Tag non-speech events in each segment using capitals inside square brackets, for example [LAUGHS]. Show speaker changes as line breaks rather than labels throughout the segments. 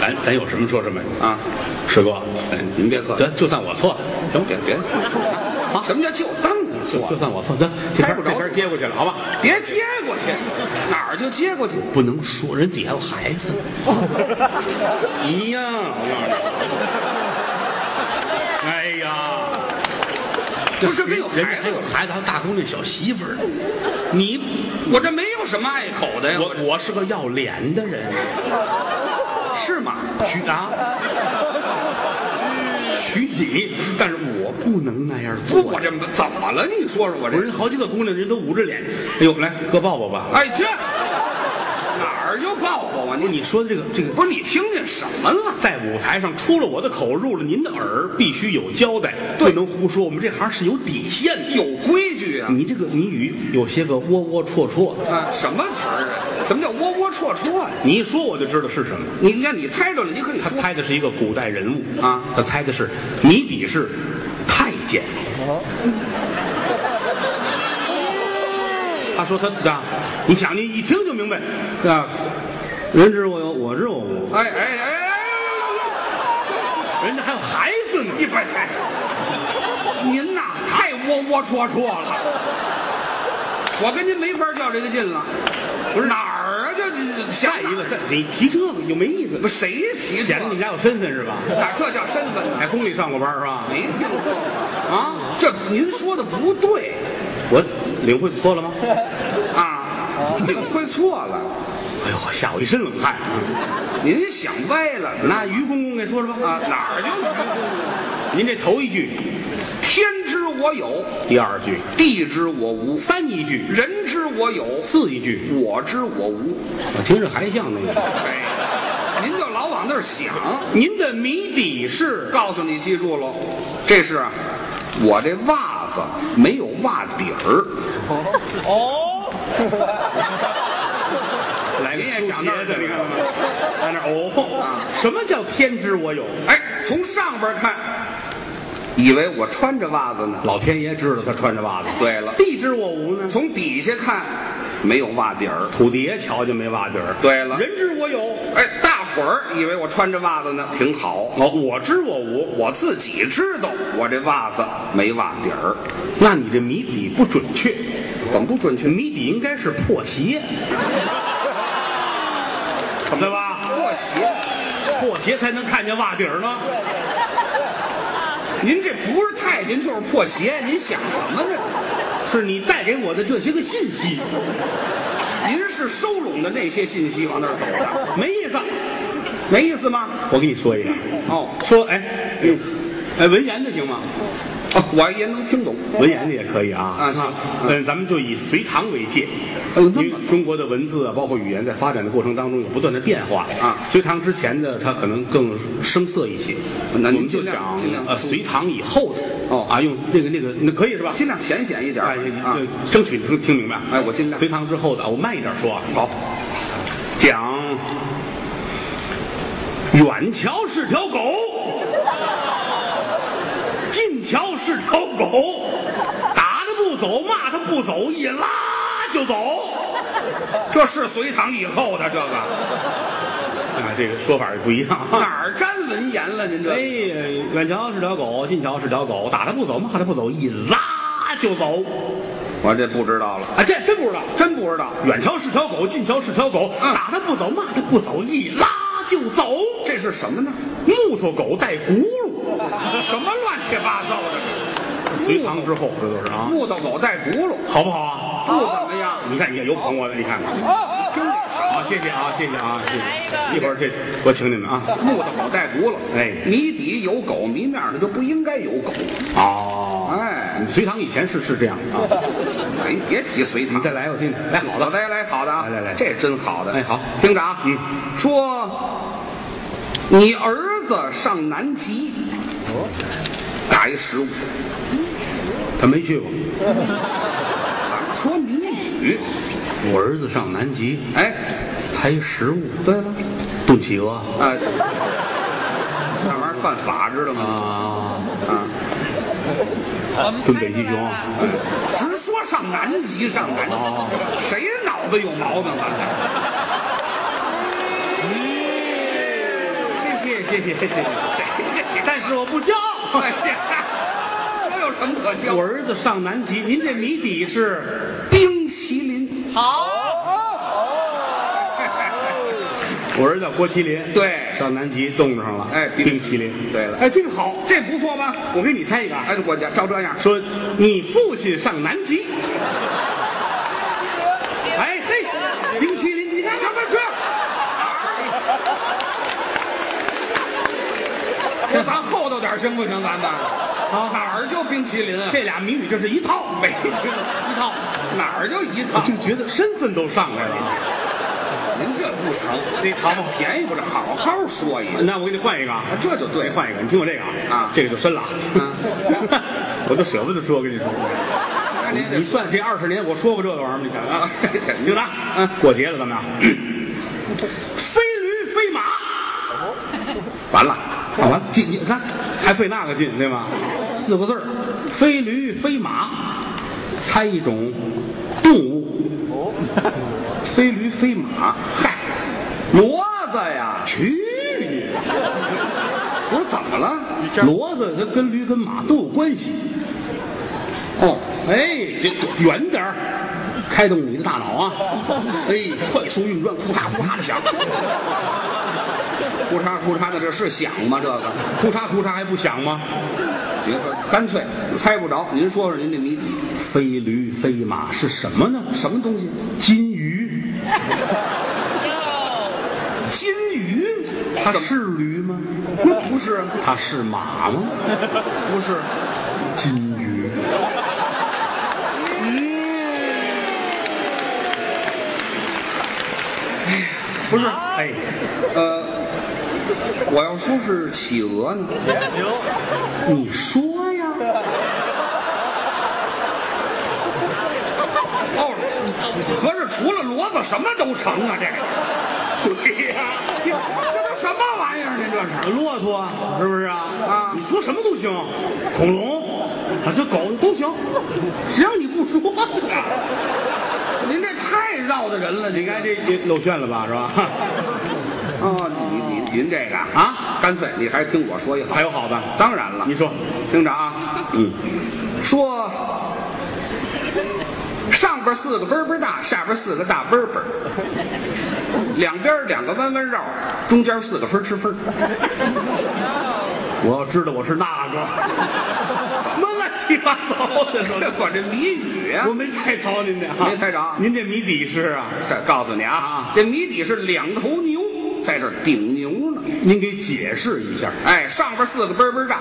咱咱有什么说什么
啊，
师哥，哎
您别客气
得就算我错了，行
别别
啊
什么叫就当你错
就
了？
算我错，得这
拍
边
不着
这边接过去了，好吧？
别接过去，哪儿就接过去。
不能说，人底下有孩
[LAUGHS]
子。一样，我告诉你。哎呀，
不是这跟有
人
孩
家还
子有
有
什么？
孩子，还有大姑娘、小媳妇儿呢。你，
我这没有什么爱口的呀，
我
[LAUGHS] 这
我是个要脸的人，
是吗？
许啊，许你，但是我不能那样做。
不，我这怎么了？你说说我
我
这，
人好几个姑娘，人都捂着脸。哎呦，来，哥抱抱吧。
哎这哪儿就抱抱啊
不是
你？
你说的这个这个
不是你听见什么了？
在舞台上出了我的口，入了您的耳，必须有交代，不能胡说。我们这行是有底线的。
有规矩啊！
你这个谜语有些个窝窝戳戳，
啊，什么词儿啊？什么叫窝窝戳戳呀？
你一说我就知道是什么。
你你看你猜着了，你可以
他
说
猜的是一个古代人物
啊
他猜的是谜底是太监。
哦
他说他啊，你想你一听就明白啊，人知我有，我知我无，
哎哎哎哎！
人家还有孩子呢。
你别哎，您呐太窝窝戳戳了，我跟您没法较这个劲了。不是哪儿啊？这这这
下一个，再你提这个就没意思
不，谁提
显得你们家有身份是吧？
哪这叫身份呢？
在宫里上过班是吧？
没听说过啊？这您说的不对
我领会错了吗？
啊，领会错了，
哎呦，吓我一身冷汗。啊
您想歪了。
那于公公给说说吧。
啊，哪儿就
您这头一句，
天知我有，
第二句，
地知我无，
三一句，
人知我有，
四一句，
我知我无。
我听着还像那个。
哎，您就老往那儿想。
您的谜底是
告诉你，记住喽，这是啊我这袜子没有袜底儿。
来
您也想那儿去了
你看到吗？在那儿哦
啊
什么叫天知我有？
哎，从上边看，以为我穿着袜子呢。
老天爷知道他穿着袜子。
对了，
地知我无呢？
从底下看，没有袜底儿。
土地爷瞧见没袜底儿。
对了
人知我有，
哎，大伙儿以为我穿着袜子呢，挺好。
哦，我知我无。
我自己知道我这袜子没袜底儿，
那你这谜底不准确，
怎么不准确？
谜底应该是破鞋，对吧？
破鞋，
破鞋才能看见袜底儿呢。
您这不是太监就是破鞋，您想什么呢？
是你带给我的这些个信息，
您是收拢的那些信息往那儿走的，
没意思。
没意思吗？
我跟你说一个，
哦，
说哎，嗯哎，文言的行吗？
啊我也能听懂。
文言的也可以啊。
啊是
嗯，咱们就以隋唐为界，
哎呦
因
那
为
么
中国的文字啊，包括语言，在发展的过程当中有不断的变化
啊
隋唐之前的它可能更生涩一些，
那您
我们就
尽量
讲
尽量
呃隋唐以后的
哦
啊，用那个那个那可以是吧？
尽量浅显一点儿
哎，
啊。
对，争取能听明白。
哎我尽量
隋唐之后的，我慢一点说啊。
好，
讲远瞧是条狗，近瞧是条狗，打它不走，骂它不走，一拉就走。
这是隋唐以后的这个，
啊，这个说法也不一样。
哪儿沾文言了？您这、
哎呀，远瞧是条狗，近瞧是条狗，打它不走，骂它不走，一拉就走。
我这不知道了，
啊，这真不知道。
真不知道。
远瞧是条狗，近瞧是条狗，
嗯
打它不走，骂它不走，一拉就走。
这是什么呢？
木头狗带轱辘。
什么乱七八糟的这？
隋唐之后，这都是啊，
木头狗带轱辘，
好不好啊？
不怎么样。
你看，你看有捧我的，你看看。
听这什
好，谢谢啊，谢谢啊，谢谢。一会儿这我请你们啊。
么木头狗带轱辘，
哎
谜底有狗，谜面上就不应该有狗。
哦，
哎，
隋唐以前是是这样的啊。
哎，别提隋
你
唐。
再来，我听听。来，好的。
来来好的啊，
来来来
这真好的。
哎好
听着啊，
嗯，
说你儿子上南极，
哦
打一十五，
他没去过。
咱们说谜语。
我儿子上南极，
哎，
才十五，
对了，
炖企鹅
啊，那玩意儿犯法，知道吗？
啊，
啊，
炖北极熊。
直说上南极，上南极，
哦
谁脑子有毛病啊？谢谢谢谢。
但是我不骄傲。
哎呀，这有什么可骄
我
傲？
儿子上南极，您这谜底是
冰淇淋，
我儿子叫郭麒麟，
对
上南极冻上了，
哎冰
冰淇淋，
对了
哎，这个好，
这不错吧？
我给你猜一个啊，
哎，我家照这样，
说你父亲上南极，
[LAUGHS]
哎嘿，冰淇淋，你干什么去？
那咱厚道点儿行不行？咱们哪儿就冰淇淋啊？
这俩谜语就是一套，啊
没一套，哪儿就一
我
套？
就觉得身份都上来了。
您这不成，
这好不好？
便宜不是？好好说一个，
那我给你换一个啊，
这就对了。
换一个，你听我这个啊
啊
这个就深了啊
嗯，
[LAUGHS] 我都舍不得说，跟你说，
那您
你
得
算这二十年，我说过这个玩意儿吗？你想想
啊
啊。，
这
你听着啊，
嗯
过节了咱们啊，飞驴飞马， [LAUGHS] 完了，看完这你看还费那个劲对吗？四个字儿，飞驴飞马，猜一种动物。飞驴飞马，
嗨，骡子呀，
去你！
不是怎么了？
骡子它跟驴跟马都有关系。哦，哎，这远点儿，开动你的大脑啊！哎，快速运转，库嚓库嚓的响，
裤衩裤衩的，这是响吗？这个，
库嚓库嚓还不响吗？
您说干脆猜不着。您说说您这谜底，
飞驴飞马是什么呢？
什么东西？
金鱼，
金鱼？
它是驴吗？
那不是，
它是马吗？
不是，
金鱼。
不是。
哎，
呃，我要说是企鹅呢，
哎你说呀？
哦，合着除了骡子什么都成啊，这个，
对呀、
这都什么玩意儿呢？啊这是
骆驼是不是啊？
啊
你说什么都行，恐龙啊，这狗都行，谁让你不说呢？
您这太绕的人了，
你
您
看
看
这
这
这露馅了吧， [LAUGHS] 是吧？
哦，您您您这个
啊，
干脆你还是听我说一好
还，有好的，
当然了，
你说，
听着 [LAUGHS] 啊，
嗯，
说上边四个奔奔大，下边四个大奔奔，两边两个弯弯绕，中间四个分吃分。
我要知道我是那个， [LAUGHS] 什么乱七八糟的说
这管这谜语啊
我，没猜着您呢、啊，
没猜着啊
您这谜底是啊？
这告诉你啊，这谜底是两头牛在这儿顶牛呢。
您给解释一下
哎，上边四个奔奔炸，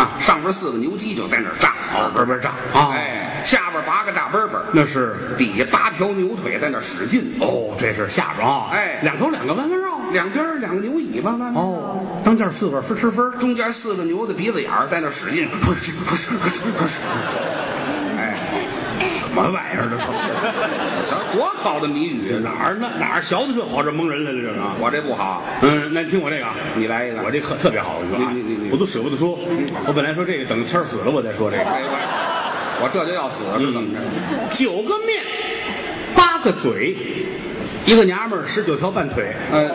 啊
上边四个牛犄角在那儿炸，
啊，不不炸啊，，
哎，下边八个大奔奔，
那是
底下八条牛腿在那儿使劲，
哦，这是下边啊，
哎
两头两个弯弯绕，
两边两个牛尾巴弯，
哦，当间四个分吃分，
中间四个牛的鼻子眼儿在那儿使劲，哎，
什么玩意儿这都是。
瞧多好的谜
这
语，
[LAUGHS]
啊
哪儿呢？哪儿学的这好？这蒙人来了这是啊！
我这不好，
嗯，那你听我这个啊，
你来一个，
我这特特别好，我跟你说啊
你你你你
我都舍不得说。我本来说这个等天儿死了我再说这个。
哎我我这就要死了，是怎么着？
九个面，八个嘴，一个娘们儿十九条半腿，
哎，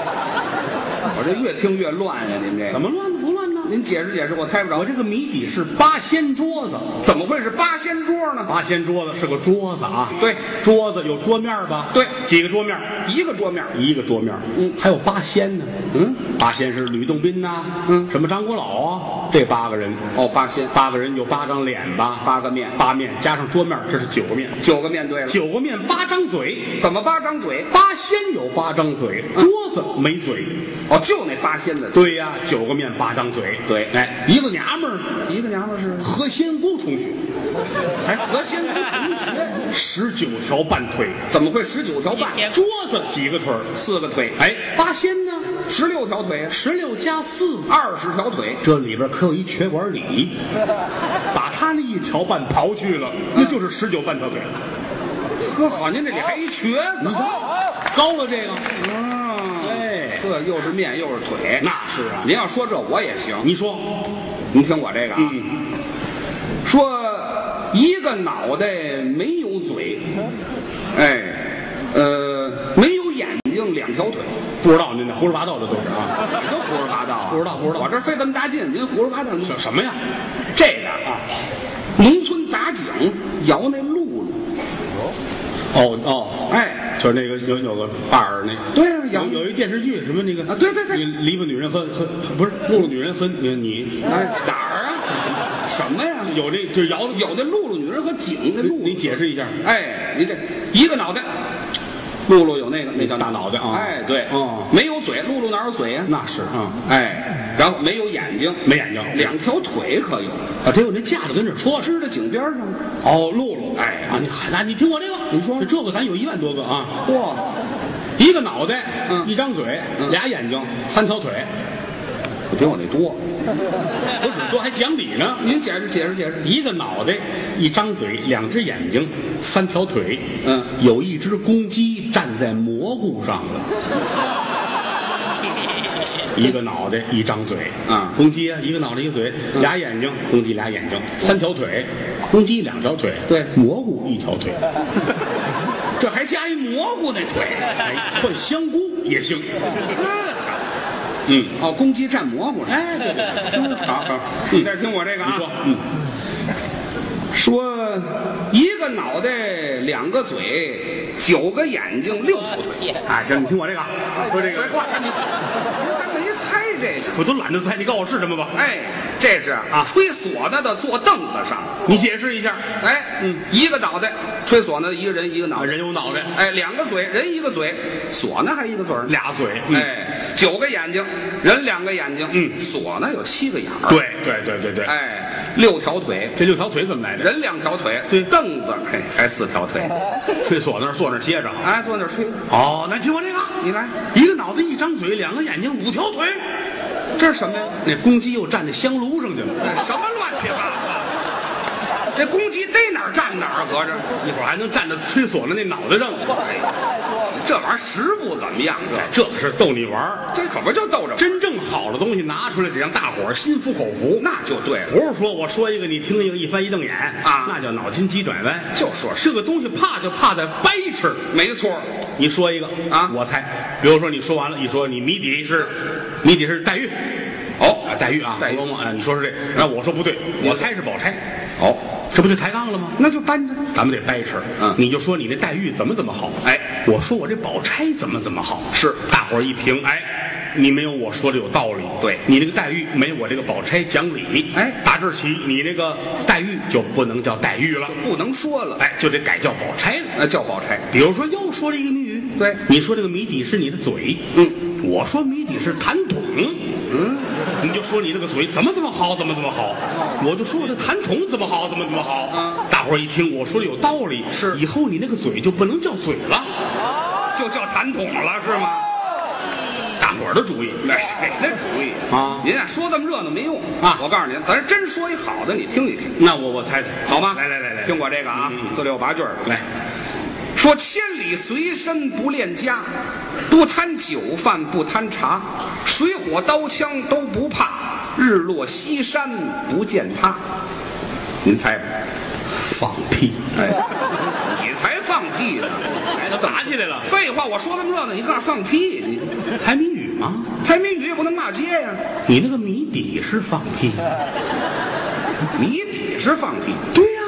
我这越听越乱呀、您这
怎
么？
么乱呢？不乱呢？
您解释解释，我猜不着
我。这个谜底是八仙桌子。
怎么会是八仙桌呢？
八仙桌子是个桌子啊，
对，
桌子有桌面儿吧？
对
几个桌面儿？
一个桌面，
一个桌面，嗯，还有八仙呢，嗯，八仙是吕洞宾呐，嗯，什么张国老啊，这八个人，
哦，八仙，
八个人有八张脸吧，
八个面，
八面加上桌面，这是九个面，
九个面对了，
九个面八张嘴，
怎么八张嘴？
八仙有八张嘴，桌子没嘴。
哦，就那八仙的，
对呀、九个面八张嘴。
对
哎，一个娘们儿
一个娘们是
何仙姑同学，
还何仙姑同学，
十九条半腿，
怎么会十九条半？
桌子几个腿儿？
四个腿，
哎，八仙呢？
十六条腿，
十六加四，
二十条腿，
这里边可有一瘸管李， [LAUGHS] 把他那一条半刨去了，那就是十九半条腿。
呵，好，您这里还一瘸
你
子，
瞧，高了这个，
嗯，
哎，
这又是面又是腿，
那是啊。
您要说这我也行。
你说，
您听我这个啊，
嗯
说一个脑袋没有嘴，哎，呃，没有眼睛，两条腿，
不知道您这胡说八道，这都是啊。
你就胡说八道啊！
不知道不知道
我这费这么大劲，您胡说八道。
什什么呀？
这个啊，农村打井摇那辘轳，
哦哦，
哎，
就是那个有有个把儿那个。
对啊，摇
有有一电视剧什么那个
啊对对对
你篱笆女人和和和不是露露女人和你你
哎哪儿啊？什么呀？
有这就是摇的
有的露露女人和井那露露，
你解释一下，
哎，你这一个脑袋，露露有那个那叫
大脑袋啊
哎，对，
哦
没有嘴，露露哪有嘴呀？
那是啊
哎，然后没有眼睛，
没眼睛
两条腿可有，
啊，得有那架子跟这儿戳
支到井边上。
哦，露露
哎
啊，你喊那你听我这个，
你说
这个咱有一万多个啊，
嚯，
一个脑袋，
嗯
一张嘴，
嗯
俩眼睛，三条腿，
我比我那多。嗯
不止多还讲理呢。
您解释解释解释。
一个脑袋，一张嘴，两只眼睛，三条腿。
嗯，
有一只公鸡站在蘑菇上了。一个脑袋，一张嘴。
啊
公鸡啊，一个脑袋，一个嘴，俩眼睛，公鸡俩眼睛，三条腿，公鸡两条腿，
对
蘑菇一条腿，
这还加一蘑菇那腿，
哎，换香菇也行。
嗯，哦，公鸡蘸蘑菇呢。
哎，对对对嗯
好好，你再听我这个啊，
你说，嗯，
说一个脑袋，两个嘴，九个眼睛，六条腿。
啊，行，你听我这个啊，说这个，
还没猜这个。
我都懒得猜，你告诉我是什么吧？
哎，这是啊，吹唢呐的坐凳子上。
你解释一下。
哎，嗯，一个脑袋，吹唢呐的一个人一个脑
啊，
袋。
人有脑袋，
哎，两个嘴，人一个嘴，唢呐还一个嘴儿。
俩嘴，嗯。
哎，九个眼睛，人两个眼睛。
嗯
唢呐有七个眼儿。
对对对对对，
哎，六条腿，
这六条腿怎么来的？
人两条腿，
对
凳子嘿还四条
[LAUGHS]
腿，
推锁那儿坐那儿歇着。
哎，坐那儿吹，
哦，那听我这个，
你来，
一个脑袋，一张嘴，两个眼睛，五条腿。
这是什么呀？
那公鸡又站在香炉上去了，
哎什么乱七八糟？这公鸡逮哪儿站哪儿，合着
一会儿还能站着吹唢呐那脑袋上。
这玩意儿实不怎么样，这
这可是逗你玩儿，
这可不就逗着？
真正好的东西拿出来得让大伙儿心服口服。
那就对了，
不是说我说一个你听一个一翻一瞪眼
啊
那叫脑筋急转弯。
就说是
这个东西怕就怕在掰扯。
没错，
你说一个
啊
我猜。比如说你说完了，一说你谜底是谜底是黛玉，
哦
啊，黛玉啊，《
黛
红
玉嗯
楼梦》啊，你说是这，那我说不对，我猜是宝钗，
哦，
这不就抬杠了吗？
那就搬着，
咱们得掰扯，
嗯
你就说你这黛玉怎么怎么好，
哎，
我说我这宝钗怎么怎么好，
是
大伙儿一评，哎，你没有我说的有道理，
对
你这个黛玉没我这个宝钗讲理，
哎
打这儿起你这个黛玉就不能叫黛玉了，
不能说了，
哎，就得改叫宝钗了。
那叫宝钗，
比如说又说了一个谜语，
对
你说这个谜底是你的嘴，
嗯，
我说谜底是痰桶，嗯，你就说你那个嘴怎么怎么好，怎么怎么好，我就说我的痰桶怎么好，怎么怎么好，
嗯
大伙儿一听我说的有道理，
是
以后你那个嘴就不能叫嘴了，
就叫痰桶了是吗？
大伙儿的主意，
[LAUGHS] 那谁的主意
啊
您啊说这么热闹没用
啊
我告诉您，咱真说一好的，你听一听，
那我我猜猜，
好吗？
来来来来，嗯
听我这个啊，四六八句儿
来，
说千里随身不恋家，不贪酒饭不贪茶，水火刀枪都不怕，日落西山不见他。您猜吧？
放屁，
哎， [LAUGHS] 你才放屁呢！
哎，都打起来了，
废话，我说这么热闹，你搁那放屁？你
猜谜语吗？
猜谜语也不能骂街呀、
你那个谜底是放屁，
谜底是放屁，
对呀、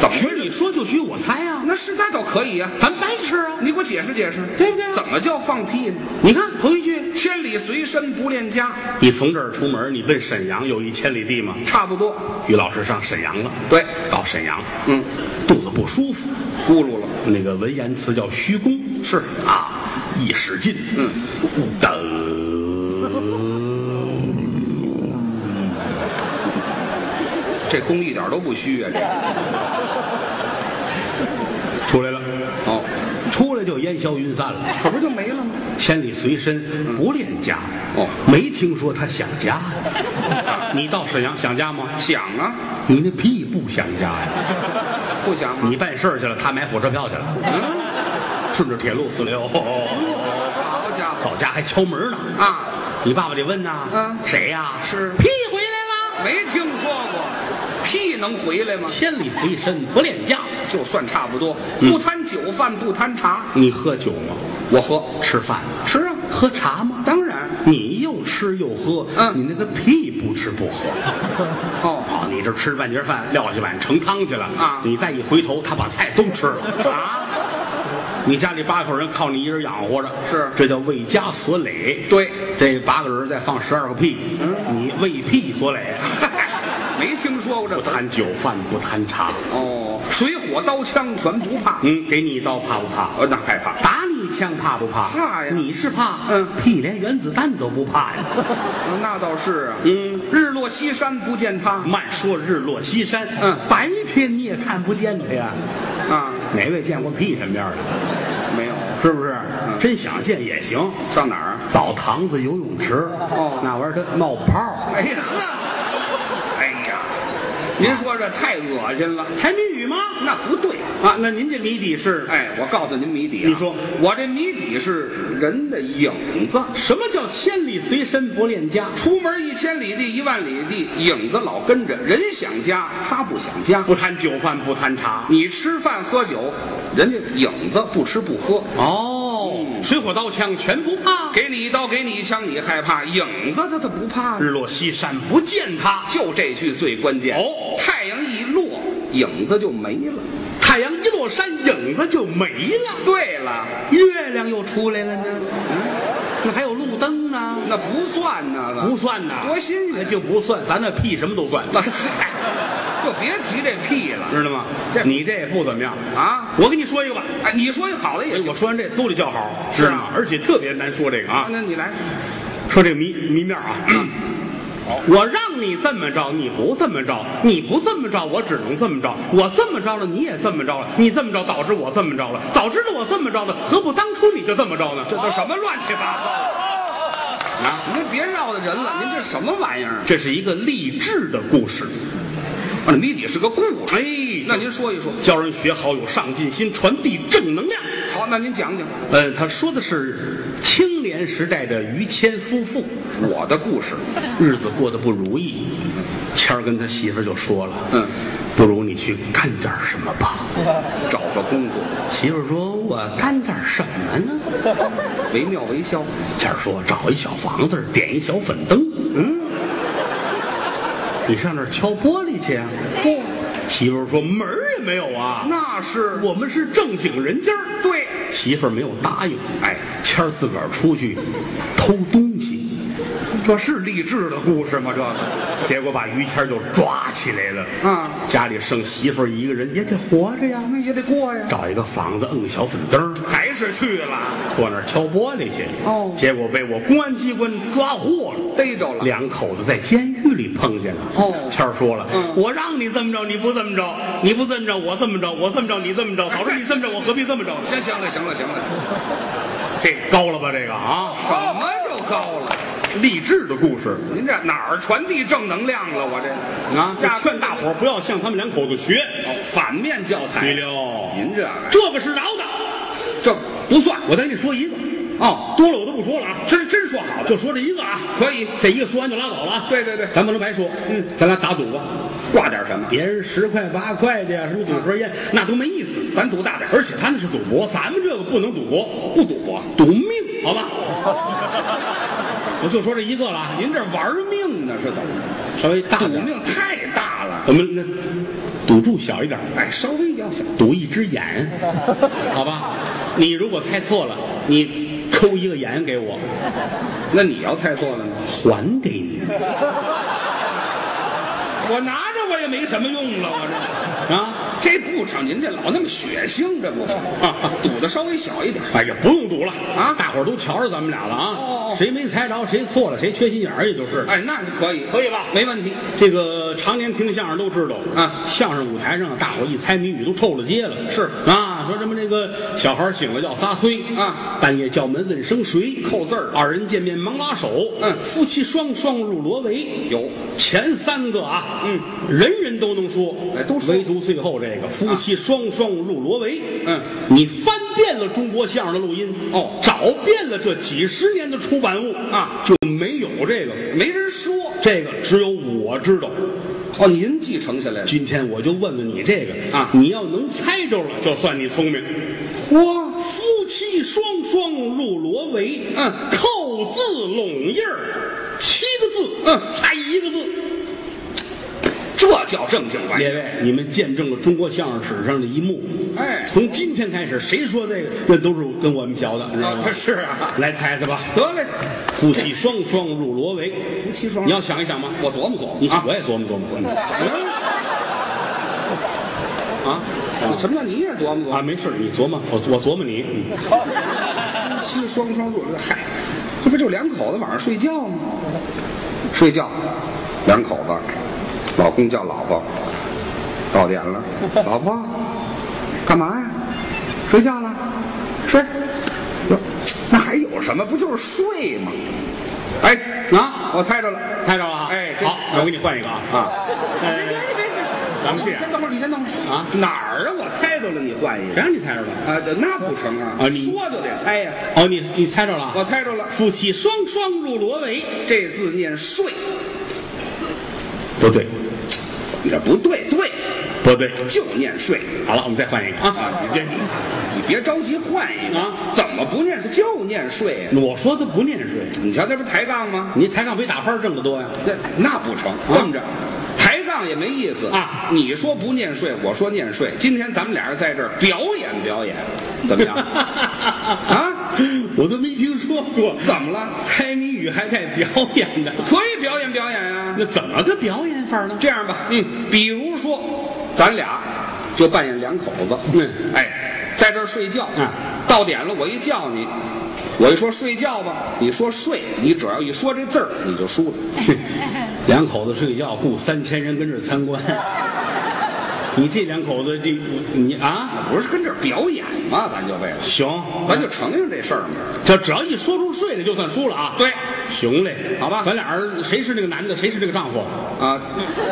怎么
许
回事？
你说就许我猜啊，
那是那倒可以呀、
咱白吃啊。
你给我解释解释，
对不对
怎么叫放屁呢？
你看头一句，
千里随身不恋家，
你从这儿出门，你奔沈阳有一千里地吗？
差不多。
于老师上沈阳了，
对，
到沈阳，
嗯，
肚子不舒服，
咕噜了，
那个文言词叫虚功，
是
啊，一使劲，嗯，噔，
这功一点都不虚啊！这
出来了，
哦，
出来就烟消云散了，
可不就没了吗？
千里随身不恋家，
嗯哦，
没听说他想家
[LAUGHS]
呀。你到沈阳想家吗？
想啊，
你那屁不想家呀！
不想啊
你办事儿去了，他买火车票去了，
嗯，
顺着铁路四六。
好家伙
到家还敲门呢。
啊，
你爸爸得问呐，
嗯
谁呀？
是
屁回来了。
没听说过，屁能回来吗？
千里随身不恋家。
就算差不多，不贪酒饭不贪茶，
你喝酒吗？
我喝
吃饭吗？
吃啊，
喝茶吗？
当然
你又吃又喝，
嗯
你那个屁不吃不喝。
哦 [LAUGHS]
啊，你这吃半截饭撂下碗盛汤去了
啊
你再一回头，他把菜都吃了啊。你家里八口人靠你一人养活着，
是
这叫为家所累。
对嗯
这八个人再放十二个屁，你为屁所累。啊
没听说过这
不
词儿。
贪酒饭，不贪茶。
哦，水火刀枪全不怕，
嗯，给你一刀怕不怕？
呃，那害怕。
打你一枪怕不怕？嗯
怕呀
你是怕，
嗯
屁连原子弹都不怕呀。
那倒是啊，嗯，日落西山不见他
慢说日落西山，
嗯
白天你也看不见他呀。
啊，
哪位见过屁什么样的？
没有。
是不是？真想见也行。
上哪儿啊？
澡堂子、游泳池，
哦
那玩意儿它冒泡。
哎呀呵，哎呀，您说这太恶心了，
猜谜语吗？
那不对。
啊，那您这谜底是？
哎，我告诉您谜底、啊，
你说，
我这谜底是人的影子。
什么叫千里随身不恋家？
出门一千里地，一万里地，影子老跟着。人想家，他不想家。
不贪酒饭，不贪茶。
你吃饭喝酒，人家影子不吃不喝。
哦，水火刀枪全不怕。
给你一刀，给你一枪，你害怕？影子他他不怕啊
日落西山不见他，
就这句最关键。
哦
太阳一落，影子就没了。
太阳一落山，影子就没了。
对了，
月亮又出来了呢，嗯那还有路灯呢，
那不算哎那个，
不算呐，
多新
那
鲜！
就不算，咱那屁什么都算，
嗨， [LAUGHS] 就别提这屁了
知道吗？
这
你这也不怎么样。
啊！
我跟你说一个吧，
哎，你说一好的也
哎，
行
我。说完这都得叫好，知
是啊
道吗而且特别难说这个
啊
啊，
那你来，
说这个谜谜面啊。
嗯
我让你这么着，你不这么着；你不这么着，我只能这么着；我这么着了，你也这么着了；你这么着，导致我这么着了；早知道我这么着了，何不当初你就这么着呢？这
这什么乱七八糟的？
啊，
您别绕的人了，您这什么玩意儿？
这是一个励志的故事。
啊，谜底是个故事。
哎
那您说一说。
教人学好，有上进心，传递正能量。
好，那您讲讲
嗯，他说的是青年时代的于谦夫妇，
我的故事。
日子过得不如意。谦儿跟他媳妇儿就说了：“
嗯，
不如你去干点什么吧。
找个工作，”
媳妇儿说：“我干点什么呢
惟妙惟肖。？”
谦儿说：“找一小房子，点一小粉灯。”嗯，你上那儿敲玻璃去啊？
不，
媳妇儿说：“门儿也没有啊，
那是
我们是正经人家儿。”
对。
媳妇儿没有答应，哎，谦儿自个儿出去偷东西，
这是励志的故事吗？这个
结果把于谦儿就抓起来了。
嗯
家里剩媳妇儿一个人，也得活着呀。
那也得过呀。
找一个房子，摁个小粉灯儿，
还是去了，
坐那儿敲玻璃去。
哦
结果被我公安机关抓获了。
逮着了。
两口子在监狱里碰见了。
哦
谦儿说了，
嗯
我让你这么着，你不这么着，你不这么着，我这么着，我这么着，你这么着，早知你这么着，我何必这么着？
行行了，行了，行了，行了，
这高了吧？这个啊，
什么就高了？
励志的故事。
您这哪儿传递正能量了？我这
啊，
压根
劝大伙儿不要向他们两口子学。
反面教
第
材。
六，
您这个
这个是饶的，
这不算
我再给你说一个，
哦，
多了我都不说了啊，
真真说好的
就说这一个啊，
可以
这一个说完就拉倒了啊。
对对对
咱不能白说。嗯，咱俩打赌吧，
挂点什么？
别人十块八块的呀，什么赌盒烟，那都没意思。
咱赌大点，
而且他那是赌博，咱们这个不能赌博，
不赌博。
赌命，好吧？ [LAUGHS] 我就说这一个了，啊，
您这玩命呢是怎么着？
稍微大
赌
点儿，
命太大了，
我们那赌注小一点儿，
哎，稍微要小。
赌一只眼，好吧？你如果猜错了，你抠一个眼给我，
那你要猜错了呢？
还给你
我拿着我也没什么用了，我
啊！
这这不成，您这老那么血腥，这不行。赌的稍微小一点，
哎呀，不用赌了
啊
大伙儿都瞧着咱们俩了啊！
哦哦
谁没猜着，谁错了，谁缺心眼儿，也就是。
哎，那就可以，
可以吧
没问题。
这个常年听相声都知道
啊
相声舞台上大伙儿一猜谜语都臭了街了。
是
啊，说什么这个小孩儿醒了要撒虽
啊，
半夜叫门问声谁，
扣字儿
二人见面忙拉手，
嗯
夫妻双双入罗围。
有
前三个啊，
嗯，
人人都能说，啊
哎都说
唯独最后这个夫妻双双入罗围，
嗯，
你翻遍了中国相声的录音，
哦
找遍了这几十年的出版物
啊，
就没有这个，
没人说
这个只有我知道。
哦，您继承下来了。
今天我就问问你这个
啊
你要能猜着了，就算你聪明。
嚯，
夫妻双双入罗围，
嗯
扣字拢印儿，嗯，猜一个字。
这叫正经玩意
列
儿。
位，你们见证了中国相声史上的一幕。
哎
从今天开始，谁说这个，那都是跟我们学的，知道吗
啊？是啊
来猜猜吧。
得嘞，
夫妻双双入罗围，
夫妻双
你要想一想吧。
我琢磨琢磨
你
啊，
我也琢磨琢磨。啊
什么叫你也琢
啊，
磨琢磨？
没事，你琢磨，我我琢磨你。嗯
夫妻双双入，嗨，这不就两口子晚上睡觉吗？睡觉，两口子，老公叫老婆，到点了，老婆，干嘛呀？睡觉了，睡。哟那还有什么？不就是睡吗？哎，
啊，
我猜着了。
猜着了啊？
哎这
好，那我给你换一个啊
啊
呃咱们这样
你先等会儿，你先等会儿
啊
哪儿啊？我猜着了，你换一
谁
个
让你猜着了？
啊？那不成啊！
啊你
说就得猜呀、
哦，你你猜着了啊？
我猜着了，
夫妻双双入罗围，
这字念睡，
不对，
你这不对，对
不对。
就念睡
好了，我们再换一个啊！
啊！你这你别着急换一个
啊
怎么不念睡就念睡呀、
我说他不念水，
你瞧，这不抬杠吗？
你抬杠比打分挣得多呀？
这那不成，这么着。抬杠也没意思
啊！
你说不念睡，我说念睡。今天咱们俩人在这儿表演表演，怎
[LAUGHS]
么样？啊，
[LAUGHS] 我都没听说过，
怎么了？
猜谜语还带表演的，
可以表演表演啊！
那怎么个表演法呢？
这样吧，嗯，比如说，咱俩就扮演两口子，
嗯，
哎，在这儿睡觉，
嗯，
到点了我一叫你，我一说睡觉吧，你说睡，你只要一说这字儿，你就输了。
哎两口子睡觉，雇三千人跟这儿参 [LAUGHS] 观。你这两口子，这你啊，
[LAUGHS] 不是跟这儿表演吗？咱就为了，
行，
咱就承认这事儿嘛。
这只要一说出睡来，就算输了啊。
对，
行嘞，
好吧
咱俩人谁是那个男的，谁是那个丈夫？
啊，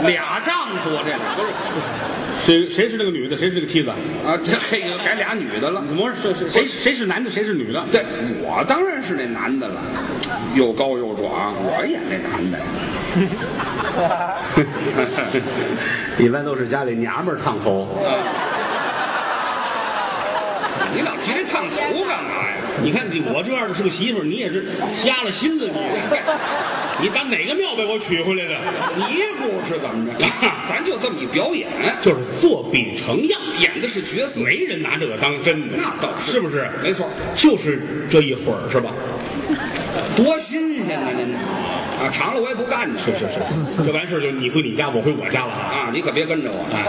俩丈夫啊，这俩不是， [LAUGHS] 谁谁是那个女的，谁是那个妻子？
啊，
嗯
这嘿，改俩女的了。
怎么是是谁谁是男的，谁是女的？
对，我当然是那男的了，又高又壮，我演那男的呀。
一般都是家里娘们儿烫头。
你老提这烫头干嘛呀？
你看你我这样的是个媳妇儿，你也是瞎了心了你。你打哪个庙被我娶回来
[LAUGHS]
的？
迷糊是怎么着？ [LAUGHS] 咱就这么一表演，
就是作比成样，
演的是角色，
没人拿这个当真的。
那倒是
是不是？
没错，
就是这一会儿是吧？
多新鲜啊！您呐啊，尝了我也不干呢。
是是是，这完事儿就你回你家，我回我家了啊。
啊，你可别跟着我。
哎，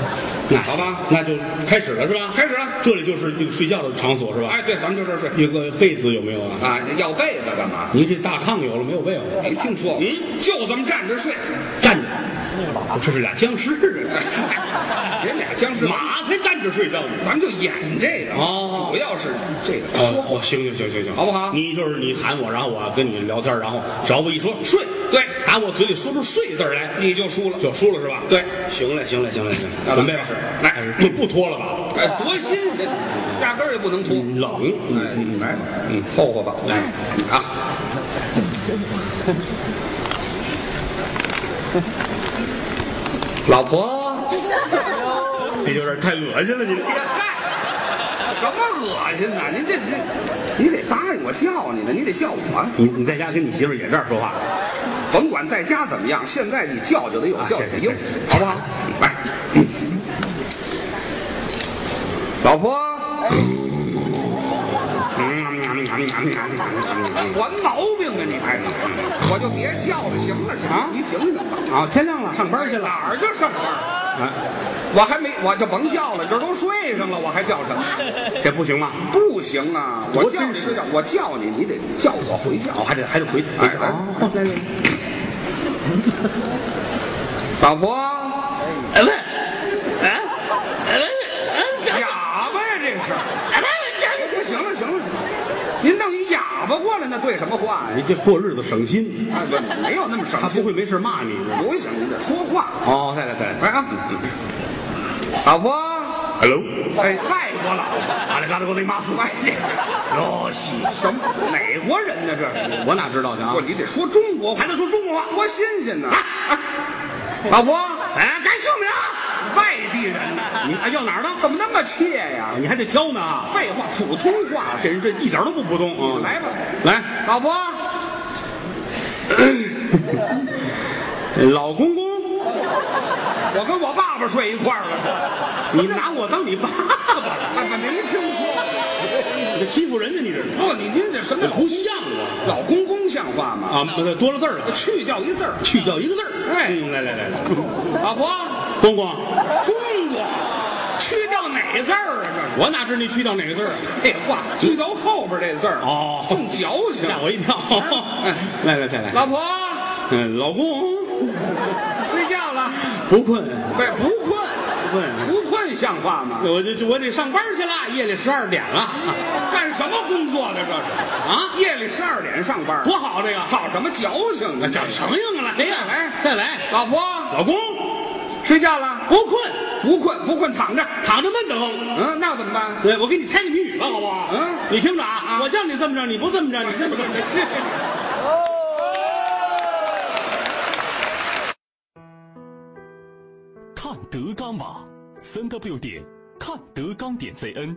[LAUGHS] 那
好吧
那就开始了是吧？
开始了
这里就是那个睡觉的场所是吧？
哎，对，咱们就这儿睡
有个被子有没有啊？
啊。要被子干嘛？
你这大炕有了没有被子？
没听说过，
嗯
就这么站着睡。
站着，这是俩僵尸 [LAUGHS] 啊！
人俩僵尸，
马才站着睡觉呢。
咱们就演这个，
哦
主要是这个说
哦
话。
哦，行行行行行，
好不好
你就是你喊我，然后我跟你聊天，然后只要我一说睡，
对
打我嘴里说出睡字儿来，
你就输了。
就输了是吧？
对，
行嘞，行嘞，行嘞，行嘞，
那咱
准
们
备吧
开始，
来，开始不不脱了吧？
哎，多新鲜，压根儿也不能脱。
冷，
哎，来，嗯，凑合吧。
来，
啊， [LAUGHS] 老婆，
这有点太恶心了，你这
嗨，什么恶心呐？您这这，你得答应我叫你呢，你得叫我，
你你在家跟你媳妇儿也这样说话，
甭管在家怎么样，现在你叫就得有
啊
叫
是
起
是
应
是，
好不好？来， [LAUGHS] 老婆，
嗯
还毛病啊你还，我就别叫了，行了行了，你醒醒吧。
啊，天亮了，上班去
哪
了，
儿就上班儿？
啊，
我还没，我就甭叫了，这都睡上了，我还叫什么？
这不行吗？
不行啊！我
多
叫
真
是叫，我叫你，你得叫我回家。
哦，还得还得回回
哎来
家。
老婆，
哎喂，哎，哎喂，哎这
哑巴呀，这是！
哎喂这
不行了，行了，行了，您弄一哑巴过来，那对什么话呀？
你这过日子省心，
啊，不，没有那么伤
他不
心。
会没事骂你。
不行，你得说话。
哦，再来再来
来啊，老婆，
，Hello，
哎，外国老婆，
阿里嘎多给你骂死，
哎呀，
哟西，
什么哪国人呢？这是
我哪知道去啊
不，？你得说中国话，
还能说中国话？
多新鲜呢！啊老婆，
哎，该姓名？
啊外地人呢，
你哎要哪儿的？
怎么那么怯呀？
你还得挑呢啊！
废话，普通话。
这人这一嗯点都不普通啊！
来吧，
来，
老婆，
老公公，
我跟我爸爸睡一块儿了，
你拿我当你爸爸 [LAUGHS]
这
了？
那那没听说
你这欺负人家，你这是
过。不，你您这什么
这
老
不像啊！
老公公像话吗？
啊，不是多了字儿了，
去掉一字儿，
去掉一个字儿。
哎
嗯来来来来，
老婆，
公公，
公公，去掉哪字儿啊？这是。
我哪知你去掉哪个字儿啊？
废话，去到后边这字儿
哦
正矫情。
吓我一跳！来来再来，
哎老婆
嗯，老公
睡觉了，
不困
不哎是不困，
不
[LAUGHS]
困，
不困像话吗？
我就就我得上班去了，夜里十二点了
干什么工作呢？这是
啊，
夜里十二点上班，
多好这个！
好什么矫情呢？
讲什么样啊？来
哎呀，来，
再来，
老婆
老公
睡觉了，
不困。
不困不困躺着，
躺着闷得慌。
嗯，那怎么办？
对，我给你猜个谜语吧，好不好？
嗯
你听着啊，我叫你这么着，你不这么着，你这么着，
看德纲网，三 w 点看德纲点 cn。